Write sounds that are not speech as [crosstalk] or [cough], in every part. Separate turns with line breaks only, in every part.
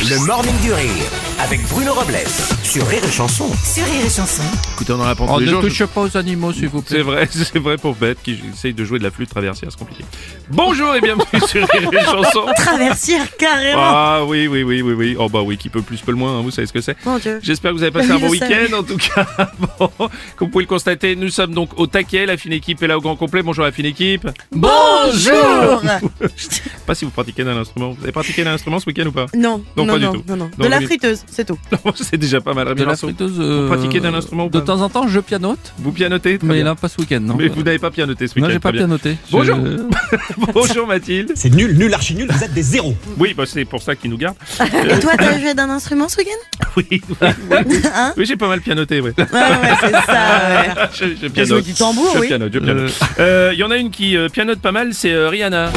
Le Morning du Rire avec Bruno Robles sur Rire et Chanson.
sur Rire et Chanson.
Écoutez, on en apprend tous
Oh,
les
ne
jours.
touche pas aux animaux, s'il vous plaît.
C'est vrai, [laughs] c'est vrai pour Beth qui essaye de jouer de la flûte traversière, c'est compliqué. Bonjour et
[laughs]
bienvenue sur Rire et Chanson.
Traversière carrément.
Ah oui, oui, oui, oui, oui. Oh bah oui, qui peut plus, peut le moins, hein, vous savez ce que c'est.
Mon Dieu.
J'espère que vous avez passé
Oui,
un bon
je sais.
week-end, en tout cas. [laughs] Bon, comme vous pouvez le constater, nous sommes donc au taquet. La fine équipe est là au grand complet. Bonjour la fine équipe.
Bonjour.
Je sais Pas si vous pratiquez d'un instrument. Vous avez pratiqué d'un instrument ce week-end ou pas [laughs]
Non,
Non,
non,
pas du
non,
tout.
non, non.
Non,
De la
oui.
friteuse, c'est tout.
Non, C'est déjà pas mal.
De
Rémi
la
Lançon,
friteuse. euh,
pratiquez d'un instrument ou
De
pas
temps en temps, je pianote,
Vous pianotez très
mais
bien.
là, pas ce week-end, non Euh,
Mais vous n'avez pas pianoté ce week-end.
Non,
très
j'ai pas
bien.
pianoté. Je-
Bonjour. Bonjour [laughs] Mathilde.
C'est nul, nul, archi nul, vous êtes des zéros.
Oui, bah, c'est pour ça qu'il nous garde.
Et toi, t'as joué d'un instrument ce week-end
Oui, oui, oui.
Hein
Oui, j'ai pas mal pianoté, oui.
Ouais, ouais, c'est ça. ouais.
[laughs] je, je pianote.
du tambour,
je
oui.
pianote, je pianote. Euh, Il y en a une qui euh, pianote pas mal, c'est euh, Rihanna.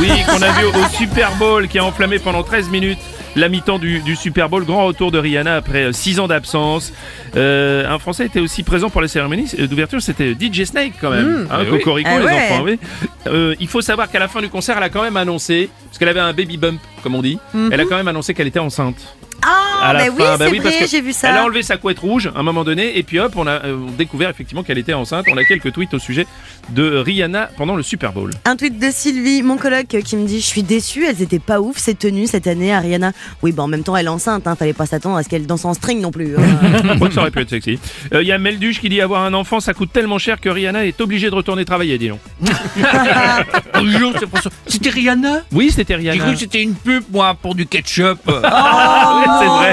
Oui, qu'on a vu au, au Super Bowl, qui a enflammé pendant 13 minutes. La mi-temps du, du Super Bowl, grand retour de Rihanna après 6 ans d'absence. Euh, un Français était aussi présent pour la cérémonie euh, d'ouverture, c'était DJ Snake quand même. Hein, Cocorico,
Ah
les
ouais.
enfants, oui. Euh, il faut savoir qu'à la fin du concert, elle a quand même annoncé, parce qu'elle avait un baby bump, comme on dit,
Mmh.
elle a quand même annoncé qu'elle était enceinte.
Ah,
À la
bah
fin,
oui,
bah
c'est
oui, parce que
vrai, j'ai vu
Elle a
ça.
enlevé sa couette rouge à un moment donné et puis hop, on a euh, découvert effectivement qu'elle était enceinte. On a quelques tweets au sujet de Rihanna pendant le Super [laughs] Bowl.
Un tweet de Sylvie, mon coloc, qui me dit Je suis déçue, elles étaient pas ouf ces tenues cette année, Ariana. Oui, bah en même temps, elle est enceinte, hein, fallait pas s'attendre à ce qu'elle danse en string non plus. hein.
Je crois que ça aurait pu être sexy. Euh, Il y a Melduche qui dit avoir un enfant, ça coûte tellement cher que Rihanna est obligée de retourner travailler, dis donc.
Bonjour, c'est François. C'était Rihanna
Oui, c'était
J'ai
Rihanna.
cru que c'était une pub, moi, pour du ketchup.
Ouais, c'est vrai.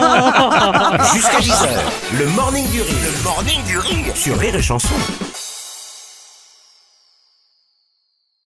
Jusqu'à 10h, le Morning du Rire, le Morning du Rire sur Rire et Chanson.